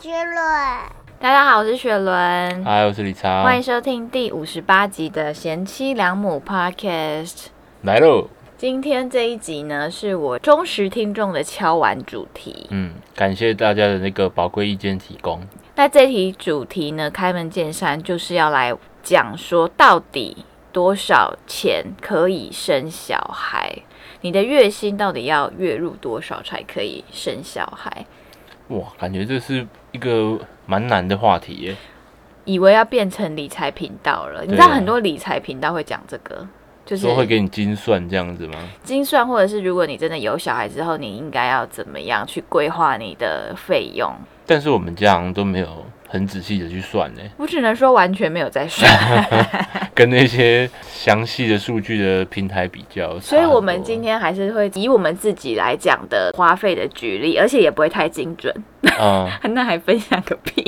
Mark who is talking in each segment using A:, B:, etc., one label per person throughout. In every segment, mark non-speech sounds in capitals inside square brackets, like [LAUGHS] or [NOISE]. A: 居论。
B: 大家好，我是雪伦，
C: 嗨，我是理查，
B: 欢迎收听第五十八集的《贤妻良母》Podcast。
C: 来喽。
B: 今天这一集呢，是我忠实听众的敲完主题。
C: 嗯，感谢大家的那个宝贵意见提供。
B: 那这题主题呢，开门见山就是要来讲说，到底多少钱可以生小孩？你的月薪到底要月入多少才可以生小孩？
C: 哇，感觉这是一个蛮难的话题耶。
B: 以为要变成理财频道了，你知道很多理财频道会讲这个，就是
C: 啊说会给你精算这样子吗？
B: 精算，或者是如果你真的有小孩之后，你应该要怎么样去规划你的费用？
C: 但是我们家好像都没有很仔细的去算呢，
B: 我只能说完全没有在算， [LAUGHS] 啊
C: 跟那些详细的数据的平台比较。
B: 所以我们今天还是会以我们自己来讲的花费的举例，而且也不会太精准， [LAUGHS]
C: 天啊、
B: 那还分享个屁！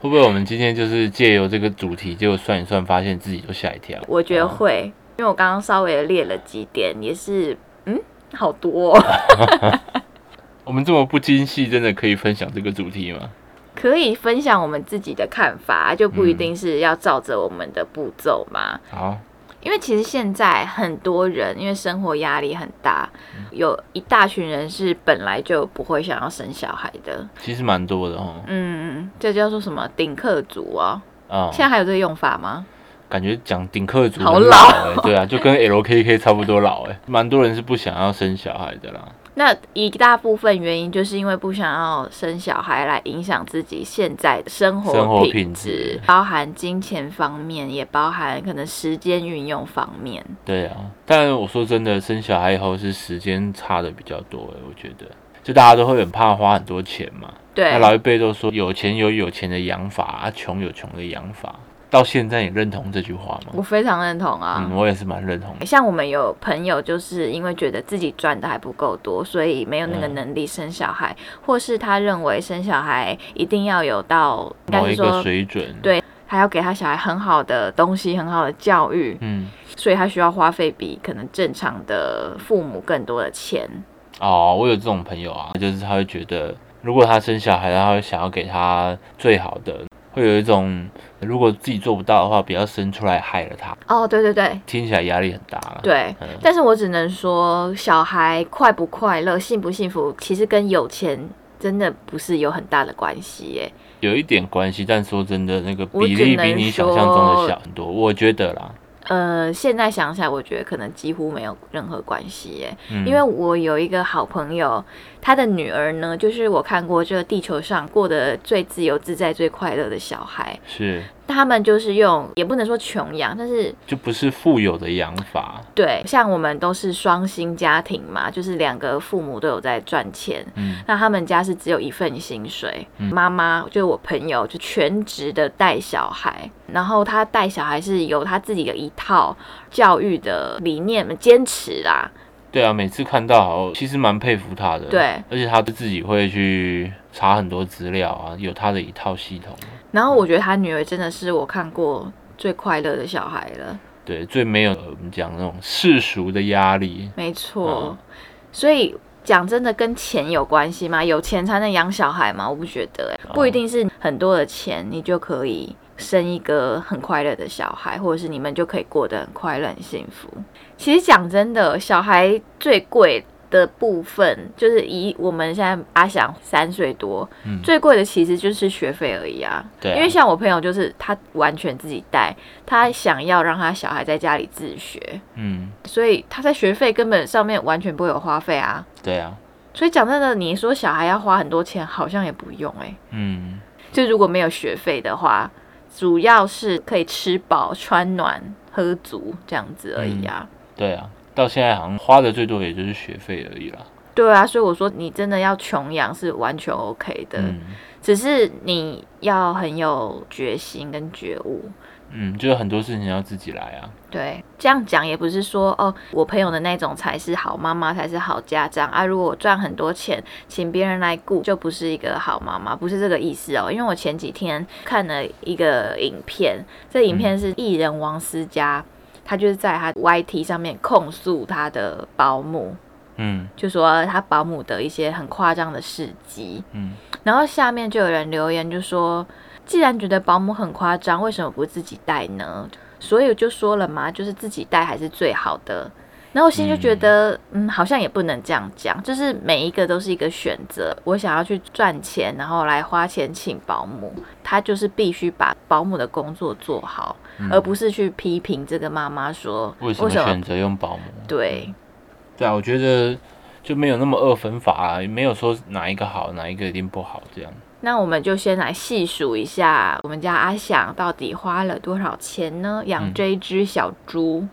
C: 会不会我们今天就是借由这个主题，结果算一算，发现自己都吓一跳？
B: 我觉得会，因为我刚刚稍微列了几点，也是嗯，好多、 [LAUGHS] 哦，
C: 我们这么不精细，真的可以分享这个主题吗？
B: 可以分享我们自己的看法，就不一定是要照着我们的步骤嘛。
C: 好，
B: 因为其实现在很多人因为生活压力很大，有一大群人是本来就不会想要生小孩的。
C: 其实蛮多的哦。
B: 嗯，这叫做什么顶客族哦？
C: 啊、
B: 现在还有这个用法吗？
C: 感觉讲顶客族
B: 好
C: 很
B: 老
C: 哎、对啊，就跟 LKK 差不多老哎、蛮多人是不想要生小孩的啦。
B: 那一大部分原因就是因为不想要生小孩来影响自己现在的生活
C: 生活
B: 品
C: 品
B: 质
C: 质，
B: 包含金钱方面，也包含可能时间运用方面。
C: 对啊，但我说真的，生小孩以后是时间差的比较多哎、我觉得，就大家都会很怕花很多钱嘛。
B: 对，
C: 那老一辈都说有钱有有钱的养法，啊穷有穷的养法。到现在你认同这句话
B: 我
C: 吗？
B: 非常认同啊。
C: 嗯，我也是蛮认同的。
B: 像我们有朋友，就是因为觉得自己赚的还不够多，所以没有那个
C: 嗯
B: 能力生小孩，或是他认为生小孩一定要有到，应该
C: 某
B: 是
C: 一个
B: 说
C: 水准，
B: 对还要给他小孩很好的东西、很好的教育，
C: 嗯，
B: 所以他需要花费比可能正常的父母更多的钱。
C: 哦，我有这种朋友啊，就是他会觉得，如果他生小孩，他会想要给他最好的，会有一种如果自己做不到的话，不要生出来害了他，
B: 哦，对对对
C: 听起来压力很大了。，
B: 对。
C: 嗯，
B: 但是我只能说，小孩快不快乐、幸不幸福，其实跟有钱真的不是有很大的关系耶。
C: 有一点关系，但说真的，那个
B: 我
C: 比
B: 只
C: 例
B: 能
C: 比你想象中的小很多，我觉得啦。
B: 呃，现在想起来，我觉得可能几乎没有任何关系耶。
C: 嗯，
B: 因为我有一个好朋友，他的女儿呢，就是我看过这个地球上过得最自由自在、最快乐的小孩。
C: 是
B: 他们就是用，也不能说穷养，但是
C: 就不是富有的养法，
B: 对，像我们都是双薪家庭嘛，就是两个父母都有在赚钱。
C: 嗯
B: 那他们家是只有一份薪水，
C: 嗯
B: 妈妈就是我朋友就全职的带小孩，然后他带小孩是有他自己的一套教育的理念坚持啦，
C: 对啊，每次看到好，其实蛮佩服他的。
B: 对，
C: 而且他自己会去查很多资料啊，有他的一套系统。
B: 然后我觉得他女儿真的是我看过最快乐的小孩了，
C: 对，最没有呃我们讲那种世俗的压力。
B: 没错。
C: 嗯
B: 所以讲真的，跟钱有关系吗？有钱才能养小孩吗？我不觉得、
C: 哦
B: 欸，不一定是很多的钱你就可以生一个很快乐的小孩，或者是你们就可以过得很快乐、很幸福。其实讲真的，小孩最贵。的部分就是以我们现在阿翔三岁多，
C: 嗯
B: 最贵的其实就是学费而已啊。
C: 对啊
B: 因为像我朋友就是他完全自己带，他想要让他小孩在家里自学，
C: 嗯，
B: 所以他在学费根本上面完全不会有花费啊。
C: 对啊，
B: 所以讲真的，你说小孩要花很多钱，好像也不用哎、
C: 嗯，
B: 就如果没有学费的话，主要是可以吃饱、穿暖、喝足这样子而已啊。
C: 对啊，到现在好像花的最多也就是学费而已啦。
B: 对啊，所以我说你真的要穷养是完全 OK 的，
C: 嗯
B: 只是你要很有决心跟觉悟。
C: 嗯，就是很多事情要自己来啊。
B: 对，这样讲也不是说哦，我朋友的那种才是好妈妈，才是好家长啊。如果我赚很多钱，请别人来顾，就不是一个好妈妈，不是这个意思哦。因为我前几天看了一个影片，这影片是艺人王思佳，她就是在她 YT 上面控诉她的保姆，
C: 嗯
B: 就说他保姆的一些很夸张的事迹。
C: 嗯，
B: 然后下面就有人留言就说，既然觉得保姆很夸张，为什么不自己带呢？所以我就说了嘛，就是自己带还是最好的。然后我心里就觉得，嗯好像也不能这样讲，就是每一个都是一个选择。我想要去赚钱，然后来花钱请保姆，他就是必须把保姆的工作做好，而不是去批评这个妈妈说
C: 嗯为什么选择用保姆？
B: 对，
C: 对啊，我觉得就没有那么二分法啊，也没有说哪一个好，哪一个一定不好这样。
B: 那我们就先来细数一下，我们家阿翔到底花了多少钱呢？养这一只小猪，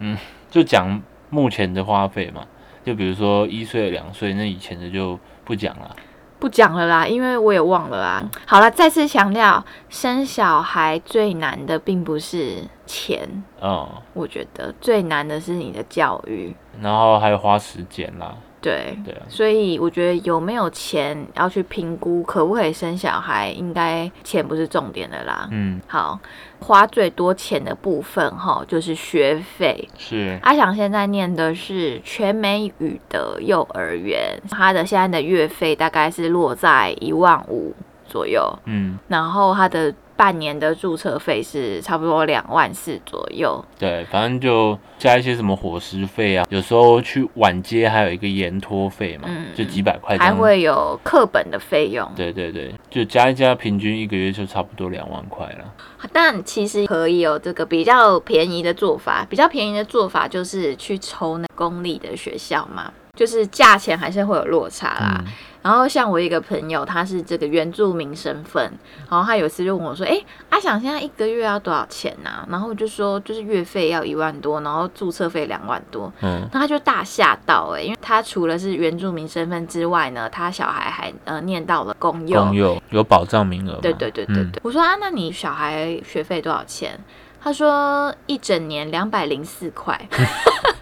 C: 就讲目前的花费嘛，就比如说一岁、两岁，那以前的就不讲了。
B: 不讲了啦，因为我也忘了啊。好了，再次强调，生小孩最难的并不是钱，
C: 嗯，
B: 我觉得最难的是你的教育。
C: 然后还有花时间啦，
B: 对，
C: 对啊，
B: 所以我觉得有没有钱要去评估可不可以生小孩，应该钱不是重点的啦。
C: 嗯，
B: 好，花最多钱的部分哈，就是学费。
C: 是，
B: 阿翔现在念的是全美语的幼儿园，他的现在的月费大概是落在一万五左右，
C: 嗯，
B: 然后他的半年的注册费是差不多两万四左右。
C: 对，反正就加一些什么伙食费啊，有时候去晚街还有一个延托费嘛，
B: 嗯
C: 就几百块这
B: 还
C: 样。
B: 会有课本的费用，
C: 对对对，就加一加，平均一个月就差不多两万块了。
B: 但其实可以有这个比较便宜的做法。比较便宜的做法就是去抽那公立的学校嘛，就是价钱还是会有落差啦。
C: 嗯，
B: 然后像我一个朋友，他是这个原住民身份，然后他有一次就问我说：“哎，阿想现在一个月要多少钱呐、然后我就说就是月费要一万多，然后注册费两万多。
C: 嗯，
B: 那他就大吓到哎、诶因为他除了是原住民身份之外呢，他小孩还呃念到了公幼。
C: 公有有保障名额嘛。嗯
B: 对对对对对，我说啊，那你小孩学费多少钱？他说一整年两百零四块。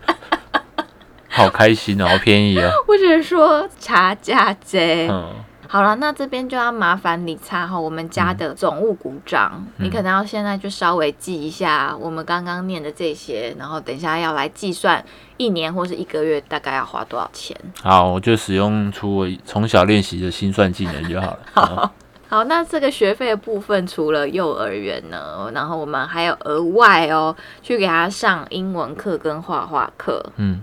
C: 嗯，好开心哦，好便
B: [LAUGHS]
C: 宜哦。
B: 我只是说查价贼。
C: 嗯，
B: 好了，那这边就要麻烦你查好我们家的总务股长，你可能要现在就稍微记一下我们刚刚念的这些，然后等一下要来计算一年或是一个月大概要花多少钱。
C: 好，我就使用出我从小练习的心算技能就好了。好，
B: 好，那这个学费的部分，除了幼儿园呢，然后我们还有额外哦，去给他上英文课跟画画课。
C: 嗯，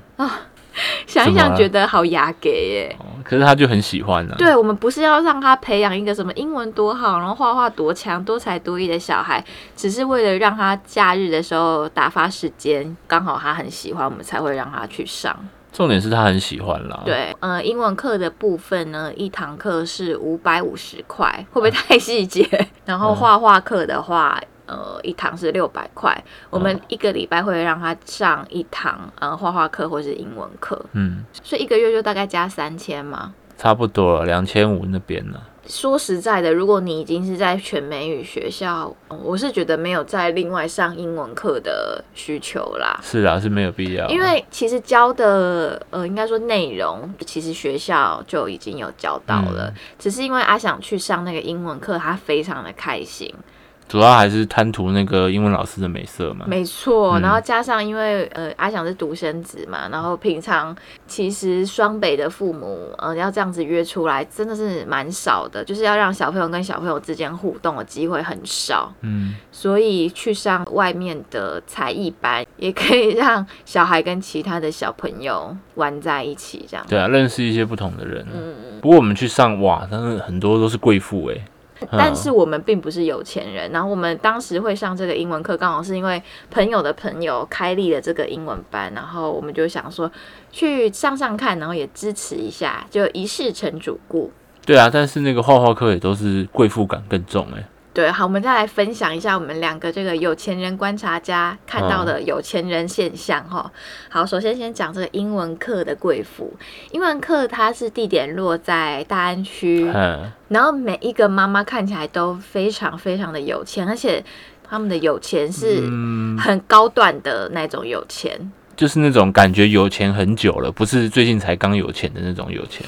B: 想一
C: 怎么
B: 想，
C: 了
B: 觉得好雅给耶。
C: 哦可是他就很喜欢呢、啊。
B: 对，我们不是要让他培养一个什么英文多好，然后画画多强、多才多艺的小孩，只是为了让他假日的时候打发时间，刚好他很喜欢，我们才会让他去上。
C: 重点是他很喜欢啦。，
B: 对，呃，英文课的部分呢，一堂课是五百五十块，会不会太细节？然后画画课的话。呃，一堂是六百块，我们一个礼拜会让他上一堂呃画画课或是英文课，
C: 嗯，
B: 所以一个月就大概加三千嘛。
C: 差不多了，两千五那边了。
B: 说实在的，如果你已经是在全美语学校，嗯我是觉得没有再另外上英文课的需求啦。
C: 是啊，是没有必要。
B: 因为其实教的呃，应该说内容，其实学校就已经有教到
C: 嗯
B: 了，只是因为阿想去上那个英文课，他非常的开心，
C: 主要还是贪图那个英文老师的美色嘛。
B: [LAUGHS] 没错。
C: 嗯
B: 然后加上因为呃，阿想是独生子嘛，然后平常其实双北的父母，呃，要这样子约出来真的是蛮少的，就是要让小朋友跟小朋友之间互动的机会很少。
C: 嗯，
B: 所以去上外面的才艺班，也可以让小孩跟其他的小朋友玩在一起，这样。
C: 对啊，认识一些不同的人。嗯不过我们去上哇，但是很多都是贵妇哎。
B: 但是我们并不是有钱人，然后我们当时会上这个英文课，刚好是因为朋友的朋友开立了这个英文班，然后我们就想说去上上看，然后也支持一下，就一试成主顾。
C: 对啊，但是那个画画课也都是贵妇感更重哎。
B: 对，好，我们再来分享一下我们两个这个有钱人观察家看到的有钱人现象哈、好，首先先讲这个英文课的贵妇，英文课它是地点落在大安区，
C: 嗯，
B: 然后每一个妈妈看起来都非常非常的有钱，而且他们的有钱是
C: 嗯
B: 很高段的那种有钱。
C: 就是那种感觉有钱很久了，不是最近才刚有钱的那种有钱。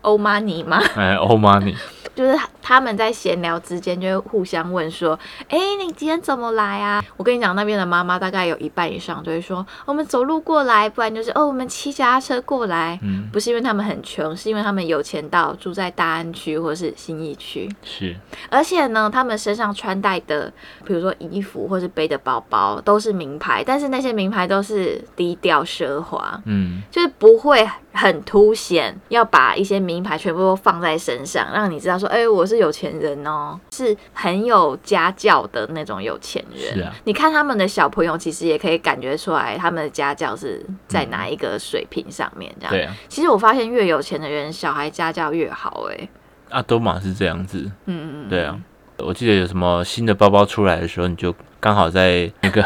B: 欧玛尼吗？
C: 哎，欧 money，
B: 就是他他们在闲聊之间就会互相问说：“哎、你今天怎么来啊？”我跟你讲，那边的妈妈大概有一半以上都会说：“我们走路过来，不然就是哦，我们骑脚踏车过来。
C: 嗯，
B: 不是因为他们很穷，是因为他们有钱到住在大安区或是新义区，
C: 是
B: 而且呢，他们身上穿戴的，比如说衣服或是背的包包都是名牌，但是那些名牌都是低调奢华，
C: 嗯
B: 就是不会很凸显，要把一些名牌全部都放在身上，让你知道说，哎、我是有钱人哦，是很有家教的那种有钱人。
C: 是啊
B: 你看他们的小朋友，其实也可以感觉出来他们的家教是在哪一个水平上面这样。
C: 对啊
B: 其实我发现越有钱的人，小孩家教越好、哎，
C: 啊，都嘛是这样子，
B: 嗯嗯嗯，
C: 对啊，我记得有什么新的包包出来的时候，你就刚好在那
B: [LAUGHS]
C: 个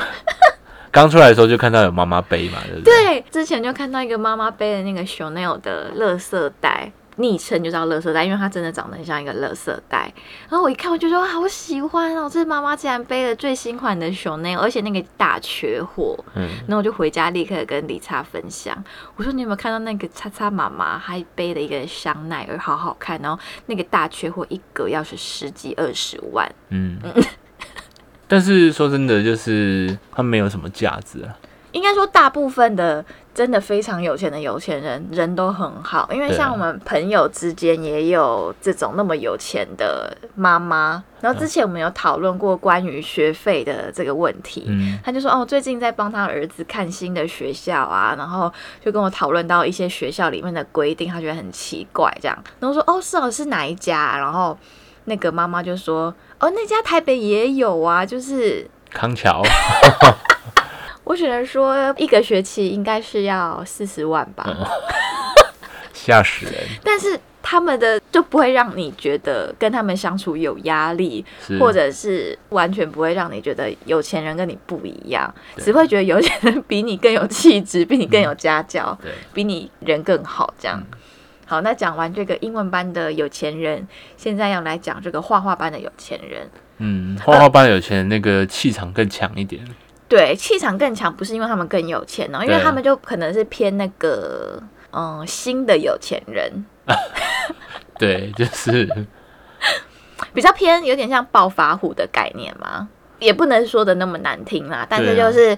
C: 刚出来的时候就看到有妈妈背嘛，对不对？
B: 对，啊之前就看到一个妈妈背的那个 Chanel 的垃圾袋，昵称就叫垃圾袋，因为它真的长得很像一个垃圾袋。然后我一看，我就说哇好喜欢哦，这妈妈竟然背了最新款的 Chanel，而且那个大缺货。
C: 嗯，
B: 然后我就回家立刻跟李叉分享，我说你有没有看到那个叉叉妈妈还背了一个香奈儿，好好看，然后那个大缺货一格要是十几二十万，
C: 嗯。但是说真的，就是它没有什么价值
B: [LAUGHS]
C: 啊。
B: 应该说，大部分的真的非常有钱的有钱人，人都很好。因为
C: 对啊
B: 像我们朋友之间也有这种那么有钱的妈妈。然后
C: 嗯
B: 之前我们有讨论过关于学费的这个问题，
C: 嗯，
B: 他就说哦，最近在帮他儿子看新的学校啊，然后就跟我讨论到一些学校里面的规定，他觉得很奇怪这样。然后说哦，是哦，是哪一家啊、然后那个妈妈就说哦，那家台北也有啊，就是 [LAUGHS]
C: 康桥
B: 我只能说，一个学期应该是要四十万吧，
C: 嗯吓死人，
B: 但是他们的就不会让你觉得跟他们相处有压力，
C: 是
B: 或者是完全不会让你觉得有钱人跟你不一样，只会觉得有钱人比你更有气质，比你更有家教，
C: 对
B: 比你人更好这样。好，那讲完这个英文班的有钱人，现在要来讲这个画画班的有钱人。
C: 嗯，画画班有钱人那个气场更强一点，
B: 对，气场更强，不是因为他们更有钱哦，因为
C: 对啊
B: 他们就可能是偏那个嗯新的有钱人，
C: 对，
B: [LAUGHS]
C: 就是
B: 比较偏有点像暴发户的概念嘛，也不能说的那么难听啦，但是
C: 对啊
B: 就是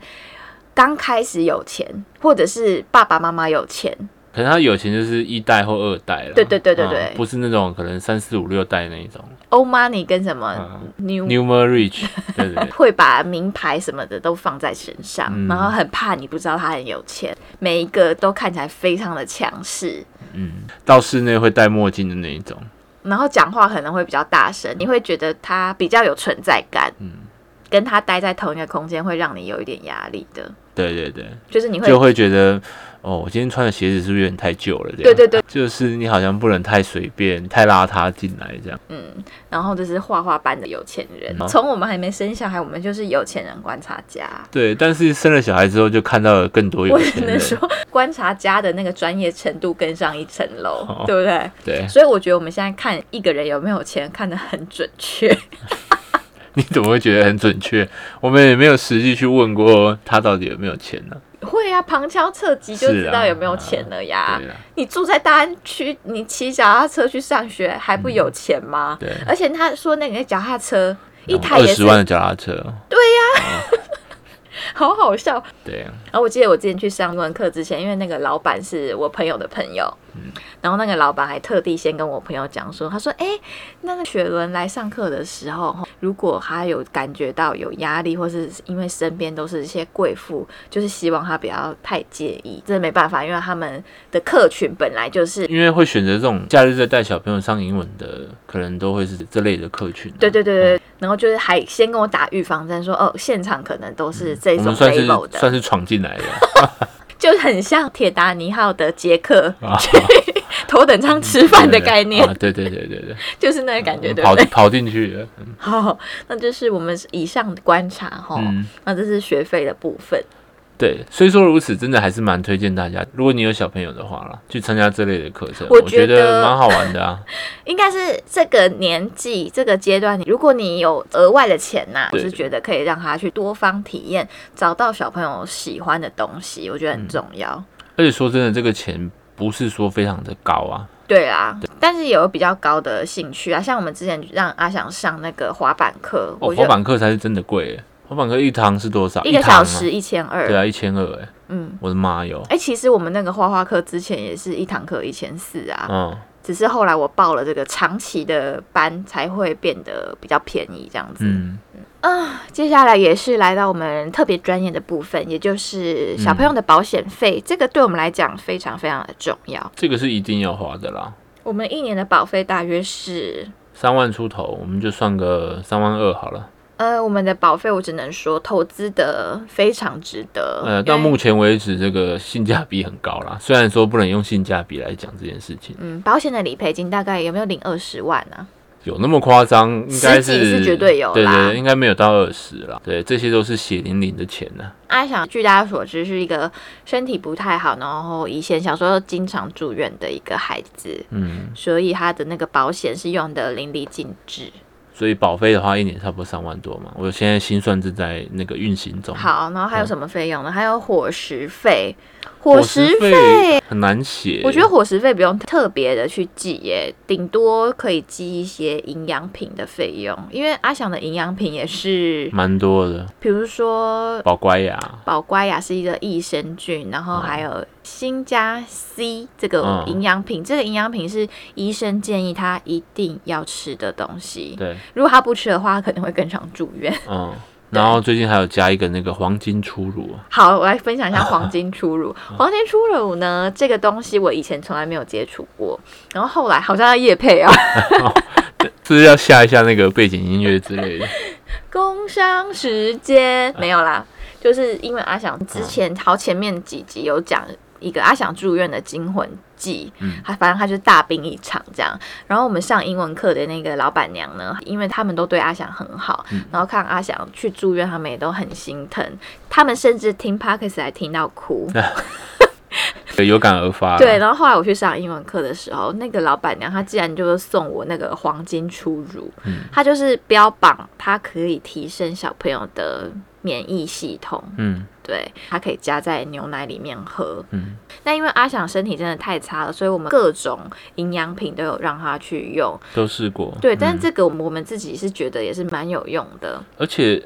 B: 刚开始有钱，或者是爸爸妈妈有钱，
C: 可能他有钱就是一代或二代了，
B: 对对对对对
C: 嗯不是那种可能三四五六代那一种
B: 欧 money 跟什么
C: 嗯
B: new。
C: ，Numer Rich，对对对
B: 会把名牌什么的都放在身上，
C: 嗯
B: 然后很怕你不知道他很有钱，每一个都看起来非常的强势，
C: 嗯，到室内会戴墨镜的那一种，
B: 然后讲话可能会比较大声，你会觉得他比较有存在感，
C: 嗯，
B: 跟他待在同一个空间会让你有一点压力的，
C: 对对对，
B: 就是你会
C: 就会觉得哦，我今天穿的鞋子是不是有点太旧了？这样，
B: 对对对，
C: 就是你好像不能太随便、太邋遢进来这样，
B: 嗯，然后就是画画班的有钱人，
C: 嗯
B: 从我们还没生小孩，我们就是有钱人观察家。
C: 对。但是生了小孩之后，就看到了更多有
B: 我只
C: 钱
B: 能
C: 人，
B: 说，观察家的那个专业程度更上一层楼，
C: 哦
B: 对不对？
C: 对， [LAUGHS]
B: 所以我觉得我们现在看一个人有没有钱，看得很准
C: [LAUGHS]
B: 确。
C: 你怎么会觉得很准确？我们也没有实际去问过他到底有没有钱呢、
B: 会啊，旁敲侧击就是
C: 啊
B: 知道有没有钱了呀。
C: 对啊，
B: 你住在大安区，你骑脚踏车去上学还不有钱吗？
C: 对
B: 而且他说那个脚踏车一台
C: 二
B: 也是
C: 十万的脚踏车，
B: 好好笑。
C: 对啊，
B: 然后我记得我之前去上英文课之前，因为那个老板是我朋友的朋友，
C: 嗯
B: 然后那个老板还特地先跟我朋友讲说，他说：“哎、那个雪伦来上课的时候，吼如果他有感觉到有压力，或是因为身边都是一些贵妇，就是希望他不要太介意。真的没办法，因为他们的客群本来就是。”
C: 因为会选择这种假日在带小朋友上英文的，可能都会是这类的客群啊、
B: 对对对对，然后就是还先跟我打预防针，说哦，现场可能都是这
C: 我
B: 种
C: 们算是
B: label 的，
C: 算是闯进来的，
B: 就很像铁达尼号的杰克
C: 啊
B: 去 [LAUGHS] 头等舱吃饭的概念，
C: 对对对啊对对对对对，
B: 就是那个 [LAUGHS] 感觉，
C: 我们
B: 对
C: 跑
B: 不对？
C: 跑进去了，嗯
B: 好，那就是我们以上观察哈，
C: 嗯
B: 那这是学费的部分。
C: 对，虽说如此，真的还是蛮推荐大家，如果你有小朋友的话啦，去参加这类的课程，
B: 我
C: 我
B: 觉得
C: 得蛮好玩的啊。 [LAUGHS]
B: 应该是这个年纪、这个阶段，如果你有额外的钱呐、我
C: 对
B: 是觉得可以让他去多方体验，找到小朋友喜
C: 嗯
B: 欢的东西，我觉得很重要。
C: 而且说真的，这个钱不是说非常的高啊，
B: 对啊，但是有比较高的兴趣啊，像我们之前让阿翔上那个滑板课，我
C: 哦，滑
B: 就
C: 板课才是真的贵耶，滑板课一堂是多少？
B: 一个
C: 堂
B: 小
C: 啊
B: 时一千二，
C: 对啊，一千二哎，
B: 嗯，
C: 我的妈哟！
B: 哎、其实我们那个画画课之前也是一堂课一千四啊，
C: 嗯，
B: 只是后来我报了这个长期的班，才会变得比较便宜这样子。
C: 嗯，
B: 接下来也是来到我们特别专业的部分，也就是小朋友的保险费，这个对我们来讲非常非常的重要。
C: 这个是一定要花的啦，
B: 我们一年的保费大约是，
C: 三万出头，我们就算个三万二好了。
B: 呃，我们的保费我只能说投资的非常值得。
C: 呃，到
B: 因为
C: 目前为止，这个性价比很高啦。虽然说不能用性价比来讲这件事情，
B: 嗯，保险的理赔金大概有没有领二十万啊？
C: 有那么夸张？应该
B: 十几是绝对有啦
C: 对对，应该没有到二十啦。对，这些都是血淋淋的钱呢、
B: 阿翔，据大家所知，是一个身体不太好，然后以前小时候经常住院的一个孩子，
C: 嗯，
B: 所以他的那个保险是用的淋漓尽致。
C: 所以保费的话，一年差不多三万多嘛。我现在心算正在那个运行中。，
B: 好，然后还有什么费用呢？还有伙食费，伙
C: 伙
B: 食
C: 食费很难写。
B: 我觉得伙食费不用特别的去记耶，顶多可以记一些营养品的费用，因为阿翔的营养品也是，
C: 蛮多的，
B: 比如说
C: 保乖牙。
B: 宝乖雅是一个益生菌，然后还有新加 C 这个
C: 嗯
B: 营养品，这个营养品是医生建议他一定要吃的东西。
C: 对，
B: 如果他不吃的话，他可能会更常住院。 [LAUGHS]
C: 嗯，然后最近还有加一个那个黄金初乳，
B: 好，我来分享一下黄金初乳。黄金初乳呢，这个东西我以前从来没有接触过，然后后来好像要叶配啊，
C: 是不是要下一下那个背景音乐之
B: [LAUGHS]
C: 类的。
B: 工商时间没有啦，就是因为阿翔之前好前面几集有讲一个阿翔住院的惊魂记，
C: 嗯
B: 他反正他就是大病一场这样。然后我们上英文课的那个老板娘呢，因为他们都对阿翔很好，然后看阿翔去住院，他们也都很心疼，他们甚至听 p o d c a s t 还听到哭。
C: 对，有感而发。
B: 对，，然后后来我去上英文课的时候，那个老板娘她竟然就是送我那个黄金初乳，
C: 嗯
B: 她就是标榜它可以提升小朋友的免疫系统，
C: 嗯
B: 对，它可以加在牛奶里面喝。
C: 嗯，
B: 那因为阿翔身体真的太差了，所以我们各种营养品都有让他去用，
C: 都试过。
B: 对，但是这个我们自己是觉得也是蛮有用的，
C: 而且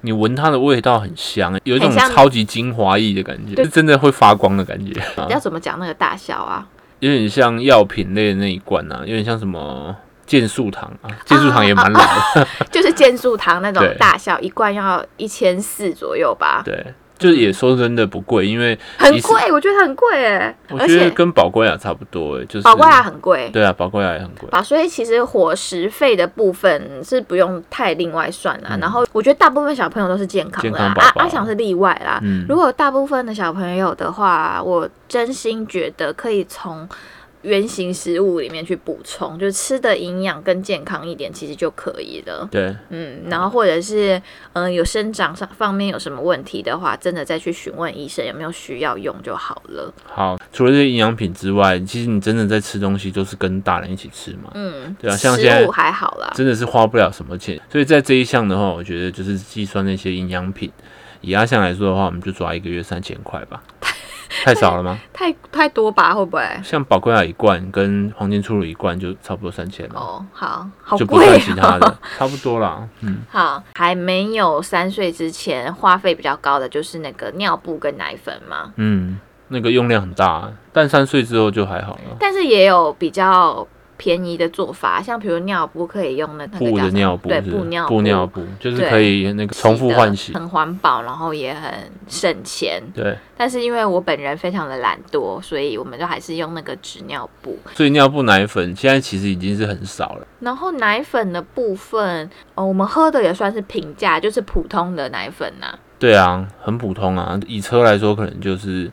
C: 你闻它的味道很香，有一种
B: 很像
C: 超级精华液的感觉，
B: 对
C: 是真的会发光的感觉，
B: 要怎么讲那个大小啊？
C: 有点像药品类的那一罐啊，有点像什么健素糖啊，健素糖也蛮老
B: 啊
C: 的，
B: 就是健素堂那种
C: 对
B: 大小，一罐要一千四左右吧，
C: 对。就是也说真的不贵，因为
B: 很
C: 其实
B: 贵，我觉得很贵哎，
C: 我
B: 而
C: 觉得
B: 且
C: 跟宝贵雅差不多、欸，就是
B: 宝贵还很贵，
C: 对啊，宝贵雅也很贵，
B: 吧，所以其实伙食费的部分是不用太另外算啦。然后我觉得大部分小朋友都是健康的啊啦
C: 嗯健康，宝
B: 阿
C: 宝
B: 阿翔是例外啦。
C: 嗯
B: 如果大部分的小朋友的话，我真心觉得可以从。原型食物里面去补充，就是吃的营养更健康一点，其实就可以了。
C: 对，
B: 嗯，然后或者是嗯、呃有生长上方面有什么问题的话，真的再去询问医生有没有需要用就好了。
C: 好，除了这些营养品之外，其实你真的在吃东西都是跟大人一起吃嘛，
B: 嗯，
C: 对啊像现在
B: 食物还好啦，
C: 真的是花不了什么钱。所以在这一项的话，我觉得就是计算那些营养品，以阿项来说的话，我们就抓一个月三千块
B: [LAUGHS]
C: 吧，太少了吗？
B: 太太多吧，会不会？
C: 像宝贵雅一罐跟黄金初乳一罐就差不多三千了，
B: 哦，好好
C: 就不算
B: 贵
C: 其
B: 哦。
C: 他的， [LAUGHS] 差不多啦。嗯，
B: [LAUGHS] 好，还没有三岁之前，花费比较高的就是那个尿布跟奶粉嘛，
C: 嗯，那个用量很大，但三岁之后就还好了。
B: 但是也有比较便宜的做法，像比如尿布可以用那那个
C: 布
B: 叫
C: 的
B: 什么
C: 尿布
B: 对
C: 是不是
B: 布尿
C: 布尿布就是
B: 对
C: 可以那个重复
B: 洗的
C: 换洗，
B: 很环保，然后也很省钱。
C: 对，
B: 但是因为我本人非常的懒惰，所以我们就还是用那个纸尿布。
C: 所以尿布奶粉现在其实已经是很少了。
B: 然后奶粉的部分，哦，我们喝的也算是平价，就是普通的奶粉呐、
C: 对啊，很普通啊。以车来说，可能就是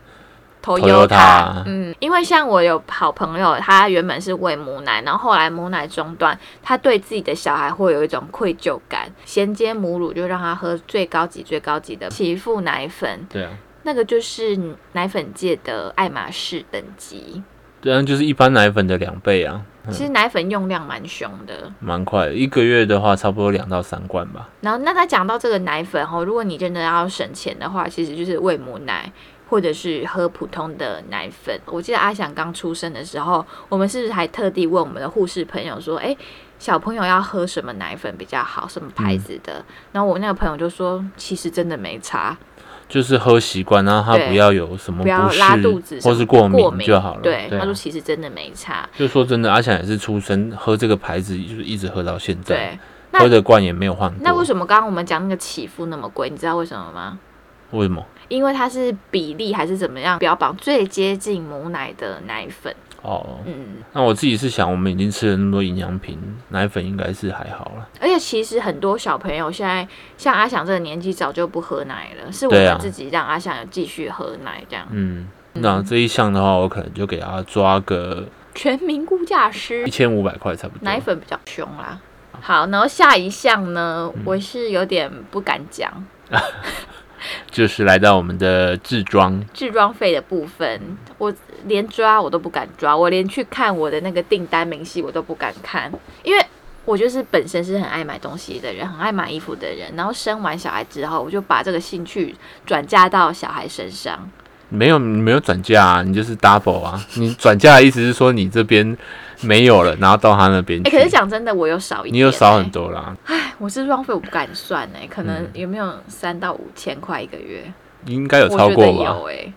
B: 塔
C: Toyota
B: 嗯，因为像我有好朋友，他原本是喂母奶，然后后来母奶中断，他对自己的小孩会有一种愧疚感，衔接母乳就让他喝最高级、最高级的媳妇奶粉，
C: 对啊，
B: 那个就是奶粉界的爱马仕等级。
C: 对啊，就是一般奶粉的两倍啊，
B: 其实奶粉用量蛮凶的。
C: 蛮快的。一个月的话，差不多两到三罐吧。
B: 然后，那他讲到这个奶粉哦，如果你真的要省钱的话，其实就是喂母奶。或者是喝普通的奶粉。我记得阿翔刚出生的时候，我们是不是还特地问我们的护士朋友说：“哎、小朋友要喝什么奶粉比较好，什么牌子
C: 嗯
B: 的？”然后我那个朋友就说：“其实真的没差，
C: 就是喝习惯，然后他
B: 对
C: 不要有什么
B: 不要
C: 适
B: 拉肚子什
C: 或
B: 么
C: 是过
B: 过
C: 敏就好了。
B: 对，
C: 对啊
B: 他说其实真的没差。
C: 就说真的，阿翔也是出生喝这个牌子，就是一直喝到现在，
B: 对，那
C: 喝的罐也没有换过。
B: 那为什么刚刚我们讲那个起伏那么贵？你知道为什么吗？
C: 为什么？
B: 因为它是比例还是怎么样标榜最接近母奶的奶粉。
C: 哦，
B: 嗯，
C: 那我自己是想，我们已经吃了那么多营养品，奶粉应该是还好了。
B: 而且其实很多小朋友现在像阿翔这个年纪早就不喝奶了，是我
C: 对啊
B: 们自己让阿翔有继续喝奶这样。
C: 嗯，那这一项的话，我可能就给他抓个
B: 全民估价师
C: 一千五百块差不多。
B: 奶粉比较凶啦。好，然后下一项呢，
C: 嗯
B: 我是有点不敢讲
C: 就是来到我们的置装，
B: 置装费的部分，我连抓我都不敢抓，我连去看我的那个订单明细我都不敢看，因为我就是本身是很爱买东西的人，很爱买衣服的人，然后生完小孩之后，我就把这个兴趣转嫁到小孩身上。
C: 没有你没有转嫁啊，你就是 double 啊。你转嫁的意思是说你这边没有了，然后到他那边
B: 哎、
C: 去，
B: 可是讲真的，我有少一点、
C: 你又少很。多啦，
B: 哎，我置装费我不敢算哎、可能
C: 嗯
B: 有没有三到五千块一个月？
C: 应该有
B: 我
C: 超
B: 觉
C: 过
B: 得
C: 吧？
B: 有哎、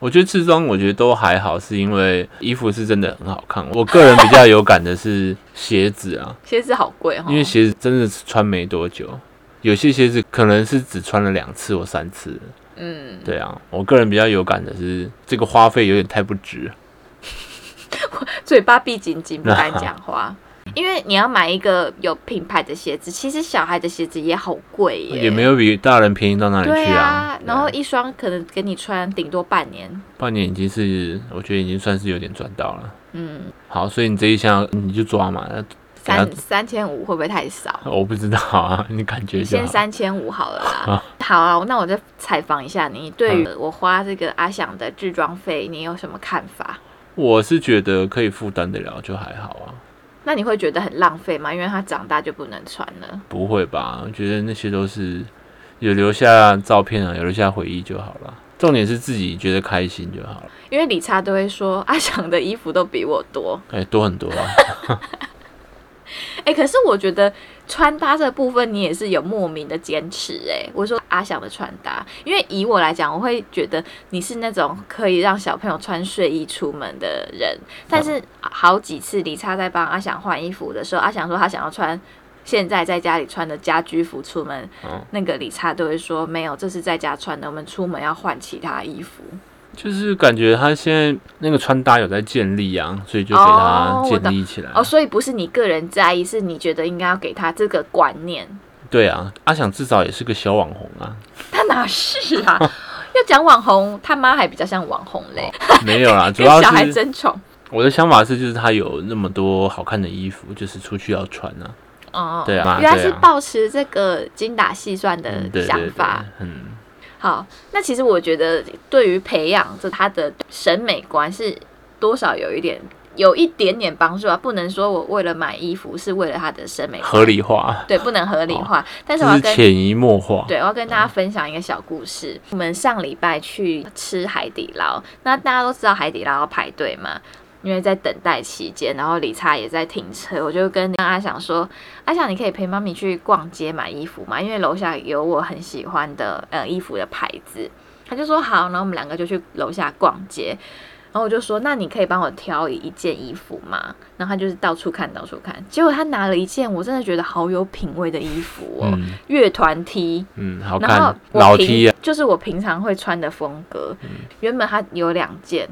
C: 我觉得自装我觉得都还好，是因为衣服是真的很好看。我个人比较有感的是鞋子啊，
B: 鞋子好贵哦。
C: 因为鞋子真的是穿没多久，有些鞋子可能是只穿了两次或三次。
B: 嗯，
C: 对啊，我个人比较有感的是这个花费有点太不值。
B: 嘴巴闭紧紧，不敢讲
C: [LAUGHS]
B: 话。因为你要买一个有品牌的鞋子，其实小孩的鞋子也好贵耶，
C: 也没有比大人便宜到哪里
B: 对
C: 去
B: 啊。
C: 对
B: 然后一双可能给你穿顶多半年，
C: 半年已经是，我觉得已经算是有点赚到了。
B: 嗯，
C: 好，所以你这一项你就抓嘛，等下
B: 三三千五会不会太少？
C: 我不知道啊， [LAUGHS] 你感觉
B: 你
C: 就
B: 先
C: 好。
B: 三千五好了啦
C: [LAUGHS] 好。
B: 好啊，那我再采访一下你，对
C: 啊
B: 于我花这个阿翔的置装费，你有什么看法？
C: 我是觉得可以负担得了就还好啊，
B: 那你会觉得很浪费吗？因为他长大就不能穿了。
C: 不会吧？我觉得那些都是有留下照片啊，有留下回忆就好了。重点是自己觉得开心就好了。
B: 因为理查都会说， [LAUGHS] 阿翔的衣服都比我多。
C: 哎、多很多啊， [LAUGHS]
B: 哎、可是我觉得穿搭这部分你也是有莫名的坚持哎、我说阿翔的穿搭，因为以我来讲，我会觉得你是那种可以让小朋友穿睡衣出门的人。但是好几次李差在帮阿翔换衣服的时候，阿翔说他想要穿。现在在家里穿的家居服出门，
C: 嗯
B: 那个李差都会说没有，这是在家穿的，我们出门要换其他衣服。
C: 就是感觉他现在那个穿搭有在建立啊，所以就给他
B: 哦我
C: 建
B: 懂
C: 立起来。
B: 哦，所以不是你个人在意，是你觉得应该要给他这个观念。
C: 对啊，阿翔至少也是个小网红啊，
B: 他哪是啊？ [LAUGHS] 要讲网红，他妈还比较像网红嘞，
C: 没有
B: [LAUGHS]
C: 哦啦，主
B: 跟
C: 要
B: 小孩
C: 是
B: 争宠。
C: 我的想法是，就是他有那么多好看的衣服，就是出去要穿啊。
B: 哦，
C: 对啊
B: 原来
C: 对
B: 是
C: 啊
B: 抱持这个精打细算的
C: 嗯，对
B: 呃想
C: 对对
B: 法。，
C: 嗯，
B: 好，那其实我觉得对于培养这他的审美观是多少有一点。有一点点帮助啊，不能说我为了买衣服是为了他的审美观
C: 合，理哦化，
B: 对，不能合理化。但是我
C: 这
B: 要
C: 是
B: 跟
C: 潜移默化。
B: 对，我要跟大家分享一个小故事。我们上礼拜去吃海底捞，那大家都知道海底捞要排队嘛，因为在等待期间，然后理查也在停车，我就跟阿翔说：“阿翔，你可以陪妈咪去逛街买衣服嘛，因为楼下有我很喜欢的呃衣服的牌子。”他就说好，然后我们两个就去楼下逛街。然后我就说，那你可以帮我挑一件衣服吗？然后他就是到处看，到处看。结果他拿了一件我真的觉得好有品味的衣服哦，
C: 嗯
B: 乐团 T。
C: 嗯，好
B: 然后
C: 看，
B: 我
C: 老
B: 平
C: T 啊，
B: 就是我平常会穿的风格。原本他有两件，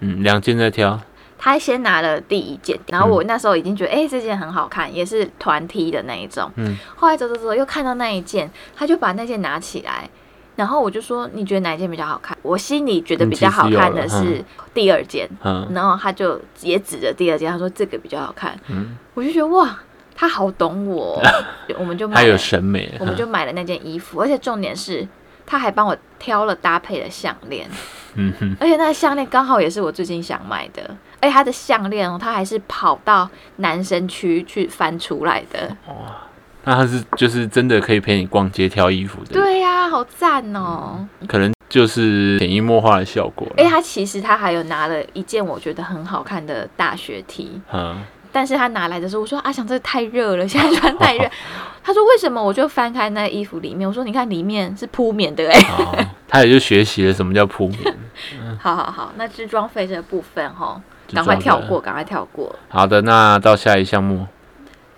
C: 嗯，两件在挑，
B: 他先拿了第一件，然后我那时候已经觉得，哎、这件很好看，也是团 T 的那一种。
C: 嗯
B: 后来走走走，又看到那一件，他就把那件拿起来，然后我就说，你觉得哪一件比较好看？我心里觉得比较好看的
C: 嗯其实有
B: 是第二件，
C: 嗯
B: 然后他就也指着第二件，他说这个比较好看。
C: 嗯，
B: 我就觉得哇，他好懂
C: [LAUGHS]
B: 我哦，我们就
C: 他
B: 买
C: 有
B: 了。
C: 审 [LAUGHS] 美，啊
B: 我们就买了那件衣服，而且重点是，他还帮我挑了搭配的项链，
C: 嗯哼，
B: 而且那个项链刚好也是我最近想买的，而且他的项链哦，他还是跑到男生区去翻出来的，
C: 那他是就是真的可以陪你逛街挑衣服的，
B: 对呀、好赞哦！
C: 可能就是潜移默化的效果了。
B: 哎，他其实他还有拿了一件我觉得很好看的大学 T，
C: 嗯，
B: 但是他拿来的时候，我说阿翔这个太热了，现在穿太热。他说为什么？我就翻开那衣服里面，我说你看里面是铺棉的哎、
C: 好，他也就学习了什么叫铺棉。
B: 好好好，那置装费这个部分哈，
C: 置
B: 赶
C: 装
B: 快跳
C: 费
B: 过，赶快跳过
C: 好的，那到下一项目，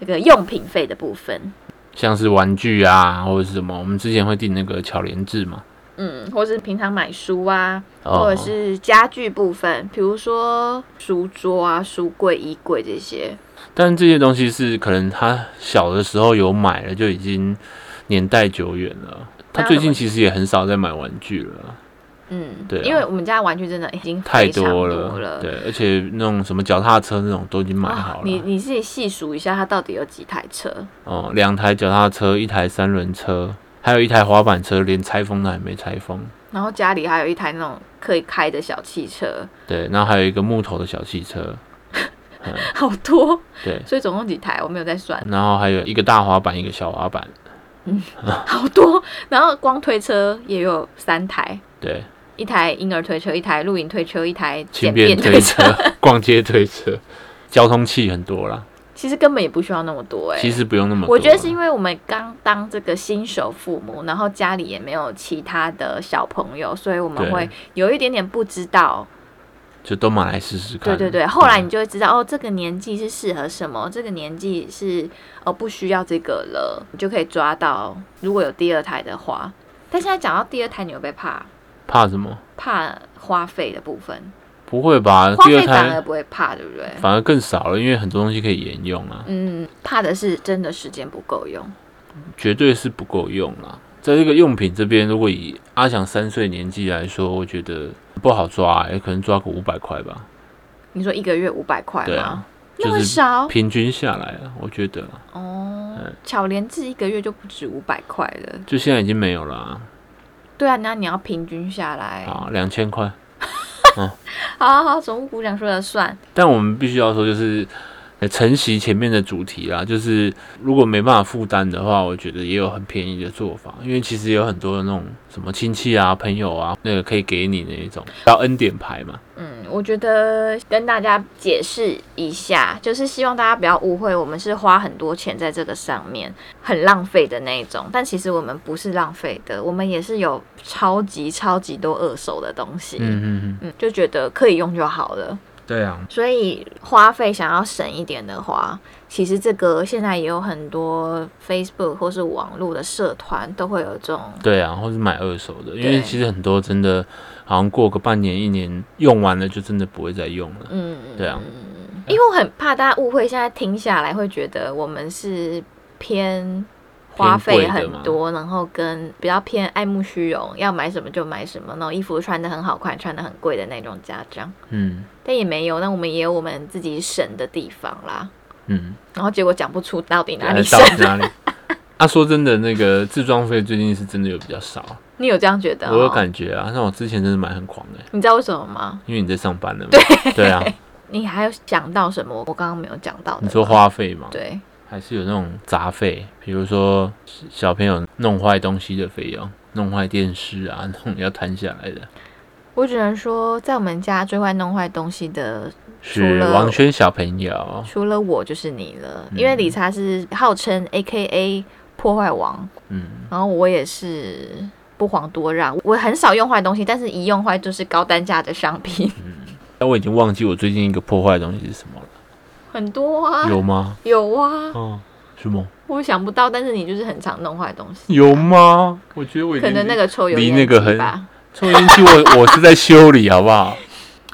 B: 那个用品费的部分，
C: 像是玩具啊或者是什么，我们之前会订那个巧莲智嘛，
B: 嗯，或是平常买书啊，
C: 哦
B: 或者是家具部分，比如说书桌啊、书柜、衣柜这些。
C: 但这些东西是可能他小的时候有买了，就已经年代久远了。他最近其实也很少在买玩具了，
B: 嗯，
C: 对啊
B: 因为我们家的玩具真的哎已经
C: 太
B: 非常多
C: 了。对，而且那种什么脚踏车那种都已经买
B: 哇
C: 好
B: 啊你
C: 了。
B: 你自己细数一下，它到底有几台车？
C: 哦，两台脚踏车，一台三轮车，还有一台滑板车，连拆封都还没拆封。
B: 然后家里还有一台那种可以开的小汽车， [LAUGHS]
C: 对，然后还有一个木头的小汽车，
B: 好多，
C: 对，
B: 所以总共几台我没有在算，
C: 然后还有一个大滑板，一个小滑板，
B: 好多。然后光推车也有三台，
C: 对，
B: 一台婴儿推车，一台露营推车，一台简
C: 轻便
B: 便
C: 推
B: 推
C: 车 [LAUGHS]
B: 车。、 [LAUGHS]
C: 逛街推车，交通器很多啦，
B: 其实根本也不需要那么多哎、
C: 其实不用那么多。
B: 我觉得是因为我们刚当这个新手父母，然后家里也没有其他的小朋友，所以我们
C: 对
B: 会有一点点不知道。
C: 就都买来试试看。嗯
B: 对对对，后来你就会知道哦，这个年纪是适合什么，这个年纪是哦不需要这个了，你就可以抓到。如果有第二胎的话，但现在讲到第二胎，你会不会怕
C: 怕什么？
B: 怕花费的部分？
C: 不会吧？
B: 花
C: 呃第二
B: 费反而
C: 胎
B: 不会怕，对不对？
C: 反而更少了，因为很多东西可以沿用啊，
B: 嗯，怕的是真的时间不够用。
C: 绝对是不够用啦。在这个用品这边，如果以阿翔三岁年纪来说，我觉得不好抓、欸，可能抓个五百块吧。
B: 你说一个月五百块吗？
C: 对啊，
B: 那
C: 就
B: 么
C: 是
B: 少
C: 平均下来啊，我觉得啊
B: 哦，巧莲智一个月就不止五百块了。
C: 就现在已经没有了啊
B: 对啊，那你要平均下来。
C: 啊，两千块。
B: 好好好，总务股长说了算。
C: 但我们必须要说，就是呃承袭前面的主题啦，就是如果没办法负担的话，我觉得也有很便宜的做法，因为其实也有很多的那种什么亲戚啊、朋友啊，那个可以给你那一种叫恩典牌嘛。
B: 嗯，我觉得跟大家解释一下，就是希望大家不要误会，我们是花很多钱在这个上面，很浪费的那一种。但其实我们不是浪费的，我们也是有超级超级多二手的东西。
C: 嗯嗯嗯，
B: 嗯，就觉得可以用就好了。
C: 对啊，
B: 所以花费想要省一点的话，其实这个现在也有很多 Facebook 或是网络的社团都会有这种，
C: 对啊，或是买二手的，因为
B: 对
C: 其实很多真的好像过个半年、一年用完了，就真的不会再用了。
B: 嗯，
C: 对啊，
B: 因为我很怕大家误会，现在听下来会觉得我们是偏。花费
C: 偏贵的嘛
B: 很多，然后跟比较偏爱慕虚荣，要买什么就买什么，然后衣服穿的很好看，穿的很贵的那种家长，
C: 嗯
B: 但也没有，那我们也有我们自己省的地方啦。
C: 嗯，
B: 然后结果讲不出到底哪里
C: 到
B: 省，
C: 底 [LAUGHS] 哪里？啊，说真的，那个自装费最近是真的有比较少，
B: 你有这样觉得、哦？
C: 我有感觉啊。那我之前真的买很狂的、
B: [LAUGHS] 你知道为什么吗？
C: 因为你在上班了嘛。对啊，
B: 你还有想到什么？我刚刚没有讲到的。
C: 你说？花费嘛，
B: 对，
C: 还是有那种杂费，比如说小朋友弄坏东西的费用，弄坏电视啊， [LAUGHS] 那种要摊下来的。
B: 我只能说，在我们家最会弄坏东西的，
C: 是
B: 了
C: 王轩小朋友，
B: 除了我就是你了，
C: 嗯
B: 因为理查是号称 A K A 破坏王，
C: 嗯，
B: 然后我也是不遑多让，我很少用坏东西，但是一用坏就是高单价的商品，
C: 嗯但我已经忘记我最近一个破坏的东西是什么了，
B: 很多啊，
C: 有吗？
B: 有啊，
C: 嗯，是
B: [LAUGHS]
C: 吗？
B: 我想不到，但是你就是很常弄坏东西，
C: 有吗？我觉得我已经
B: 可能那个抽油
C: 离
B: 烟
C: 那个
B: 机
C: 很
B: 吧。
C: 抽烟机，我我是在修理，好不好？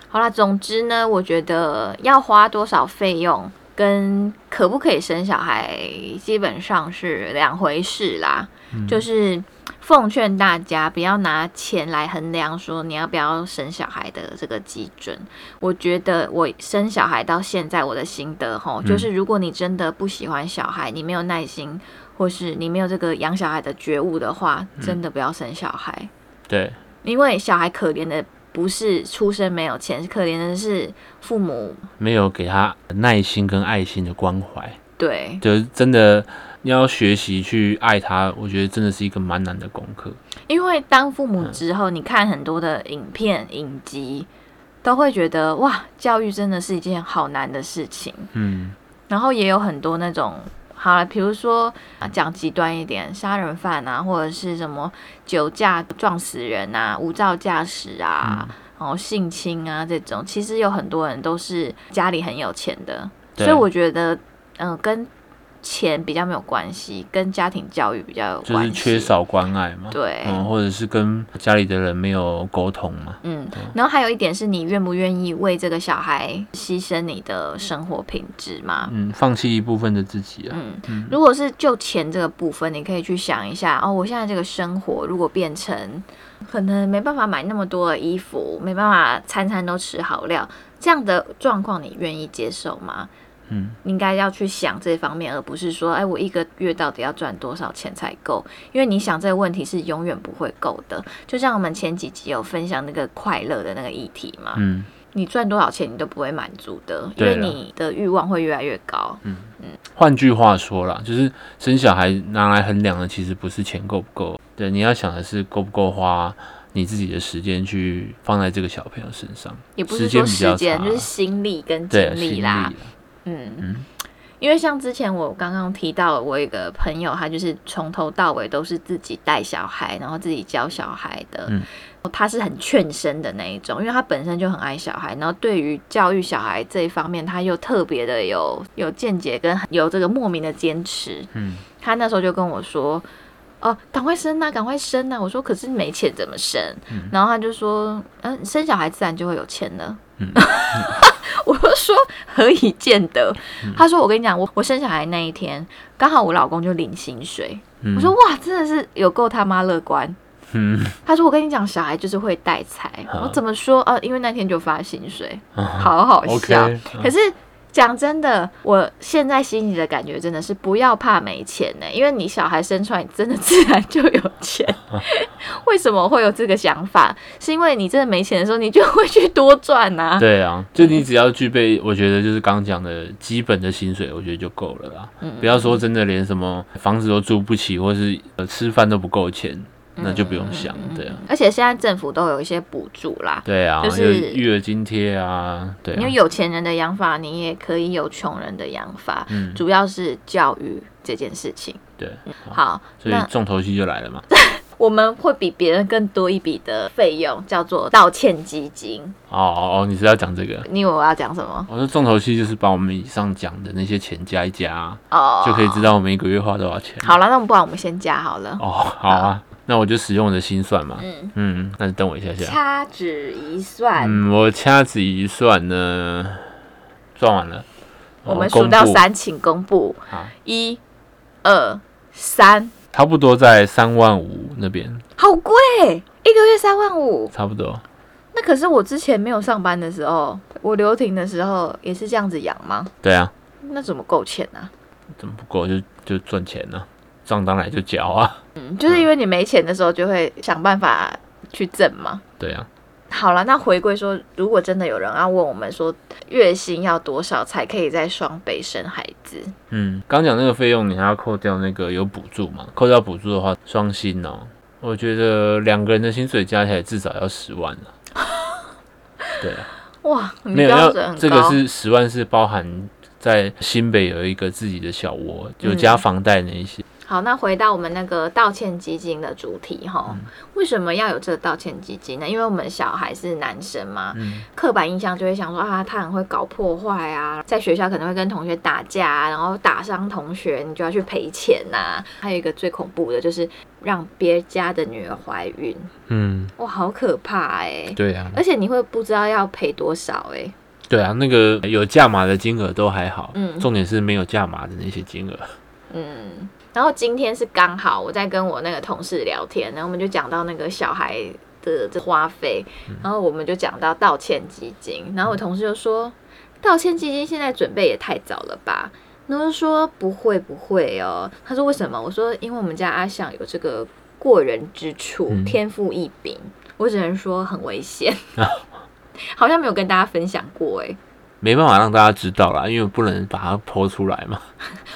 B: 好啦，总之呢，我觉得要花多少费用跟可不可以生小孩，基本上是两回事啦。就是奉劝大家不要拿钱来衡量说你要不要生小孩的这个基准。我觉得我生小孩到现在我的心得吼，就是如果你真的不喜欢小孩，你没有耐心，或是你没有这个养小孩的觉悟的话，真的不要生小孩。
C: 对，
B: 因为小孩可怜的不是出生没有钱，可怜的是父母
C: 没有给他耐心跟爱心的关怀。
B: 对
C: 就是真的你要学习去爱他，我觉得真的是一个蛮难的功课。
B: 因为当父母之后，你看很多的影片、影集，都会觉得哇，教育真的是一件好难的事情。
C: 嗯，
B: 然后也有很多那种，好了，比如说啊讲极端一点，杀人犯啊，或者是什么酒驾撞死人啊，无照驾驶啊，然后性侵啊这种，其实有很多人都是家里很有钱的，
C: 对
B: 所以我觉得，嗯、跟钱比较没有关系，跟家庭教育比较有
C: 就
B: 关
C: 是
B: 系，
C: 缺少关爱嘛。
B: 对。
C: 嗯，或者是跟家里的人没有沟通嘛。
B: 嗯，然后还有一点是你愿不愿意为这个小孩牺牲你的生活品质嘛？
C: 嗯，放弃一部分的自己啊。
B: 嗯，如果是就钱这个部分，你可以去想一下哦，我现在这个生活如果变成可能没办法买那么多的衣服，没办法餐餐都吃好料，这样的状况你愿意接受吗？
C: 嗯，
B: 应该要去想这方面，而不是说，哎，我一个月到底要赚多少钱才够？因为你想这个问题是永远不会够的。就像我们前几集有分享那个快乐的那个议题嘛，
C: 嗯，
B: 你赚多少钱你都不会满足的，因为
C: 对啊
B: 你的欲望会越来越高。
C: 换句话说啦，就是生小孩拿来衡量的，其实不是钱够不够，对，你要想的是够不够花你自己的时间去放在这个小朋友身上，
B: 也不
C: 时
B: 是
C: 间
B: 说
C: 比较
B: 时间，
C: 长啊
B: 就是心力跟精
C: 对，心
B: 力
C: 力
B: 啦。
C: 啊
B: 嗯，
C: 嗯
B: 因为像之前我刚刚提到，我有一个朋友，他就是从头到尾都是自己带小孩，然后自己教小孩的。
C: 嗯
B: 他是很劝生的那一种，因为他本身就很爱小孩，然后对于教育小孩这一方面，他又特别的有有见解跟有这个莫名的坚持。
C: 嗯，
B: 他那时候就跟我说。哦，赶快生呐、赶快生啊呐、我说，可是没钱怎么生？
C: 嗯
B: 然后他就说，嗯、生小孩自然就会有钱了。
C: 嗯
B: [LAUGHS] 我就说何以见得？
C: 嗯
B: 他说我跟你讲，我我生小孩那一天，刚好我老公就领薪水。
C: 嗯
B: 我说哇，真的是有够他妈乐观。
C: 嗯，
B: 他说我跟你讲，小孩就是会带财。
C: 啊
B: 我怎么说？呃，因为那天就发薪水，
C: 好
B: 好好笑。
C: 啊，OK，
B: 可是讲真的，我现在心里的感觉真的是不要怕没钱呢、因为你小孩生出来，你真的自然就有
C: [LAUGHS]
B: 钱。为什么会有这个想法？是因为你真的没钱的时候，你就会去多赚
C: [LAUGHS]
B: 呐、
C: 对啊，就你只要具备，我觉得就是刚讲的基本的薪水，我觉得就够了啦。
B: 嗯
C: 不要说真的连什么房子都住不起，或是呃吃饭都不够钱，
B: 嗯
C: 那就不用想。对啊，
B: 而且现在政府都有一些补助啦。
C: 对啊，
B: 就是
C: 有育儿津贴啊，对
B: 因为
C: 啊，
B: 有钱人的养法，你也可以有穷人的养法，
C: 嗯
B: 主要是教育这件事情。
C: 对，
B: 好，
C: 所以
B: 嗯那
C: 重头戏就来了嘛。 [LAUGHS]
B: 我们会比别人更多一笔的费用，叫做道歉基金。
C: 哦哦哦，你是要讲这个？
B: 你以为我要讲什么？
C: 我说重头戏就是把我们以上讲的那些钱加一加，
B: 哦，
C: 就可以知道我们一个月花多少钱。
B: 好了，那不然我们先加好了。
C: 哦，好啊，那我就使用我的心算嘛。
B: 嗯，
C: 嗯，那你等我一下下。
B: 掐指一算，
C: 嗯，我掐指一算呢，算完了。
B: 我们
C: 哦公
B: 数到
C: 布，
B: 三，请公布
C: 好。
B: 一、二、三，
C: 差不多在三万五那边，
B: 好贵，一个月三万五。
C: 差不多。
B: 那可是我之前没有上班的时候，我留停的时候也是这样子养吗？
C: 对啊，
B: 那怎么够钱啊？
C: 怎么不够就就赚钱呢、账当然就缴啊。
B: 嗯，就是因为你没钱的时候就会想办法去挣嘛。
C: 对啊，
B: 好了，那回归说，如果真的有人要问我们说月薪要多少才可以在双北生孩子，
C: 嗯，刚讲那个费用你还要扣掉那个有补助嘛？扣掉补助的话，双薪哦，我觉得两个人的薪水加起来至少要十万了、对啊，
B: 哇， [LAUGHS] 你
C: 没有
B: 标
C: 要
B: 准很高。
C: 这个是十万是包含在新北有一个自己的小窝，
B: 嗯
C: 有加房贷那一些。
B: 好，那回到我们那个道歉基金的主题哈，为什么要有这个道歉基金呢？因为我们小孩是男生
C: 嗯
B: 嘛，刻板印象就会想说啊，他很会搞破坏啊，在学校可能会跟同学打架、啊，然后打伤同学，你就要去赔钱呐、还有一个最恐怖的就是让别家的女儿怀孕，
C: 嗯，
B: 哇，好可怕哎、
C: 对啊，
B: 而且你会不知道要赔多少哎、
C: 对啊，那个有价码的金额都还好，
B: 嗯
C: 重点是没有价码的那些金额。
B: 嗯，然后今天是刚好我在跟我那个同事聊天，然后我们就讲到那个小孩的这花费，然后我们就讲到道歉基金，然后我同事就说，道歉基金现在准备也太早了吧。然后就说不会不会哦，他说为什么？我说因为我们家阿想有这个过人之处，
C: 嗯
B: 天赋异禀，我只能说很危险，好像没有跟大家分享过哎。
C: 没办法让大家知道啦，因为不能把它剖出来嘛。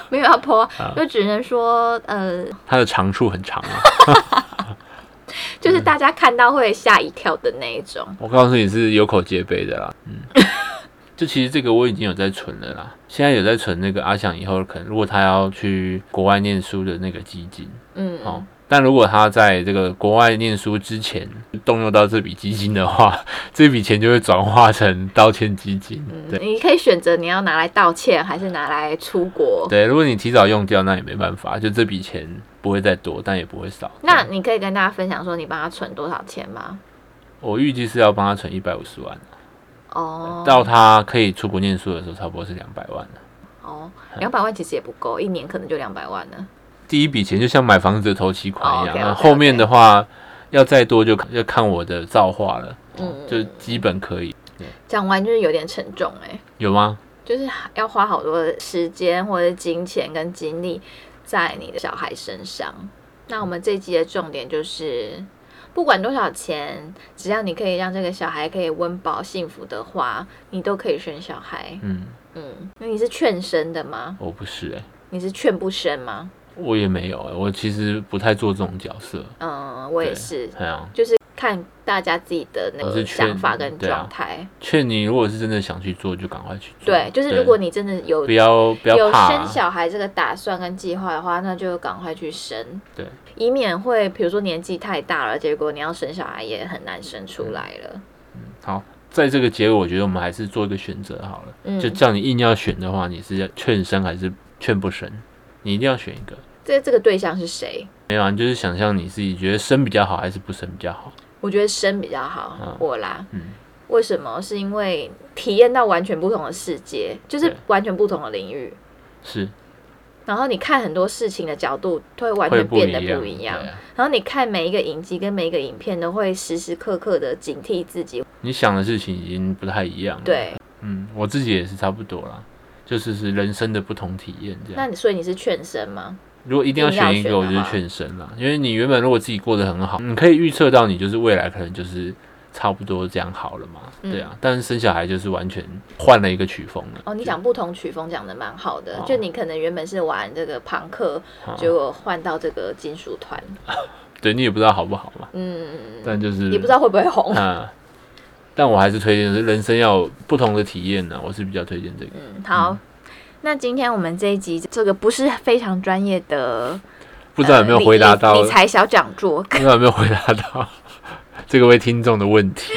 B: 没有要泼，就只能说呃，
C: 它的长处很长啊。嗯
B: 就是大家看到会吓一跳的那一种。
C: 我告诉你是有口皆碑的啦，嗯，就其实这个我已经有在存了啦，现在有在存那个阿翔以后可能如果他要去国外念书的那个基金，
B: 嗯，
C: 哦，但如果他在这个国外念书之前动用到这笔基金的话，这笔钱就会转化成道歉基金，对。
B: 你可以选择你要拿来道歉，还是拿来出国。
C: 对，如果你提早用掉，那也没办法，就这笔钱不会再多，但也不会少。
B: 那你可以跟大家分享说你帮他存多少钱吗？
C: 我预计是要帮他存一百五十万，
B: 哦，
C: 到他可以出国念书的时候，差不多是两百万。
B: 哦，
C: 嗯
B: 两百万其实也不够，一年可能就两百万了。
C: 第一笔钱就像买房子的头期款一样，
B: 哦，OK，OK，OK
C: 那后面的话要再多就要看我的造化了，
B: 嗯
C: 就基本可以
B: 讲完就是有点沉重哎、
C: 有吗？
B: 就是要花好多的时间或者金钱跟精力在你的小孩身上。那我们这一集的重点就是，不管多少钱，只要你可以让这个小孩可以温饱幸福的话，你都可以生小孩。
C: 嗯，
B: 嗯，那你是劝生的吗？
C: 我不是哎、
B: 你是劝不生吗？
C: 我也没有哎、我其实不太做这种角色，
B: 嗯，我也是，
C: 哎呀，
B: 就是看大家自己的那
C: 我
B: 个
C: 是劝
B: 想法跟
C: 对啊
B: 状态。
C: 劝你如果是真的想去做，就赶快去做。
B: 对，就是如果你真的有
C: 不要不要
B: 有
C: 怕、啊
B: 生小孩这个打算跟计划的话，那就赶快去生，
C: 对，
B: 以免会比如说年纪太大了，结果你要生小孩也很难生
C: 嗯
B: 出来了。
C: 好，在这个结果，我觉得我们还是做一个选择好了。
B: 嗯
C: 就叫你硬要选的话，你是要劝生还是劝不生？你一定要选一个。
B: 这这个对象是谁？
C: 没有啊，你就是想象你自己觉得生比较好还是不生比较好。
B: 我觉得生比较好，
C: 嗯
B: 我啦。
C: 嗯
B: 为什么？是因为体验到完全不同的世界，就是
C: 对
B: 完全不同的领域，
C: 是
B: 然后你看很多事情的角度会完
C: 会
B: 全
C: 不
B: 变
C: 一
B: 得
C: 样，
B: 不一样。
C: 对啊
B: 然后你看每一个影集跟每一个影片，都会时时刻刻的警惕自己。
C: 你想的事情已经不太一样了。，
B: 对，
C: 嗯，我自己也是差不多啦，就是是人生的不同体验这
B: 那
C: 样。
B: 你所以你是劝生吗？
C: 如果一定要选一
B: 一定
C: 个，
B: 要
C: 我
B: 选
C: 就
B: 的话
C: 是劝生啦，因为你原本如果自己过得很好，你可以预测到你就是未来可能就是差不多这样好了嘛，
B: 嗯
C: 对啊。但是生小孩就是完全换了一个曲风了。
B: 哦，你
C: 就
B: 讲不同曲风讲的蛮好的，
C: 哦
B: 就你可能原本是玩这个朋克，
C: 啊
B: 结果换到这个金属团，
C: 对你也不知道好不好嘛，
B: 嗯，
C: 但就是
B: 也不知道会不会红。
C: 啊。但我还是推荐的是人生要有不同的体验啊呢、我是比较推荐这个。
B: 嗯，好。那今天我们这一集这个不是非常专业的，
C: 不知道有没有回答到，
B: 呃理理
C: 不
B: 财小讲座？
C: 知道有没有回答到 [LAUGHS] 这个位听众的
B: [LAUGHS]
C: 问题，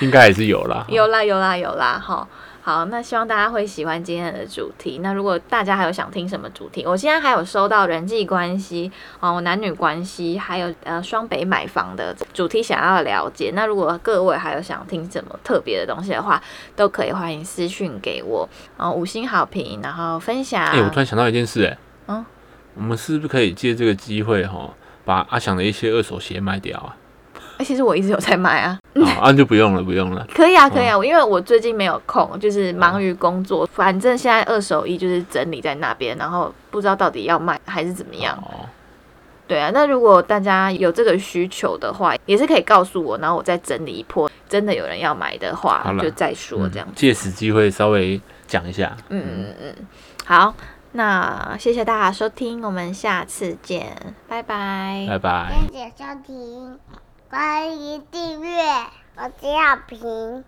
C: 应该也是有啦。
B: 有啦有啦有啦，哈。好，那希望大家会喜欢今天的主题。那如果大家还有想听什么主题，我现在还有收到人际关系哦、男女关系，还有呃双北买房的主题想要了解。那如果各位还有想听什么特别的东西的话，都可以欢迎私讯给我，然后五星好评，然后分享。
C: 哎、我突然想到一件事、哎，
B: 啊嗯
C: 我们是不是可以借这个机会哈，把阿翔的一些二手鞋卖
B: [LAUGHS]
C: 掉啊？
B: 哎其实我一直有在买
C: [LAUGHS]
B: 啊。
C: 啊，啊就不用了，不用了。
B: 可以啊，可以
C: 哦
B: 啊，我因为我最近没有空，就是忙于工作，反正现在二手衣就是整理在那边，然后不知道到底要卖还是怎么样。
C: 哦，
B: 对啊，那如果大家有这个需求的话，也是可以告诉我，然后我再整理一波，真的有人要买的话
C: 好，啦
B: 就再说这样
C: 嗯。借此机会稍微讲一下。
B: 嗯嗯嗯，好，那谢谢大家收听，我们下次见，拜拜。
C: 拜拜。
A: 谢谢收听，欢迎订阅，我是小平。